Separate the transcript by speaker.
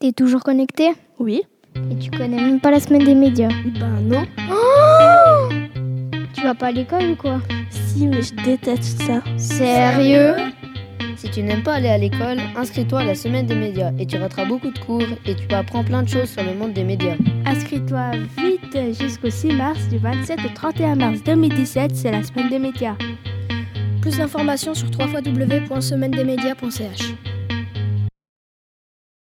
Speaker 1: T'es toujours connecté
Speaker 2: Oui.
Speaker 1: Et tu connais même pas la semaine des médias.
Speaker 2: Ben non.
Speaker 1: Tu vas pas à l'école ou quoi
Speaker 2: Si, mais je déteste ça.
Speaker 1: Sérieux
Speaker 3: Si tu n'aimes pas aller à l'école, inscris-toi à la semaine des médias et tu rateras beaucoup de cours et tu apprends plein de choses sur le monde des médias.
Speaker 2: Inscris-toi vite jusqu'au 6 mars, du 27 au 31 mars 2017, c'est la semaine des médias.
Speaker 4: Plus d'informations sur www.semaine-des-médias.ch